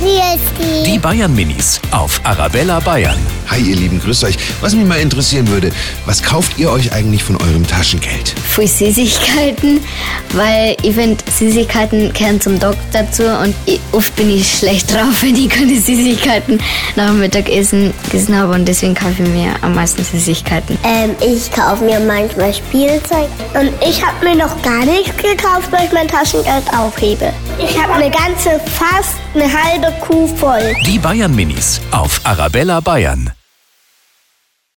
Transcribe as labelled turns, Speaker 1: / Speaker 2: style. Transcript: Speaker 1: Christi.
Speaker 2: Die Bayern Minis auf Arabella Bayern.
Speaker 3: Hi, ihr Lieben, grüßt euch. Was mich mal interessieren würde, was kauft ihr euch eigentlich von eurem Taschengeld?
Speaker 4: für Süßigkeiten, weil ich finde, Süßigkeiten gehören zum Doktor zu und ich, oft bin ich schlecht drauf, wenn ich keine Süßigkeiten nach dem Mittagessen gegessen habe und deswegen kaufe ich mir am meisten Süßigkeiten.
Speaker 1: Ähm, ich kaufe mir manchmal Spielzeug. Und ich habe mir noch gar nichts gekauft, weil ich mein Taschengeld aufhebe. Ich habe eine ganze, fast eine halbe Kuh voll.
Speaker 2: Die Bayern Minis auf Arabella Bayern.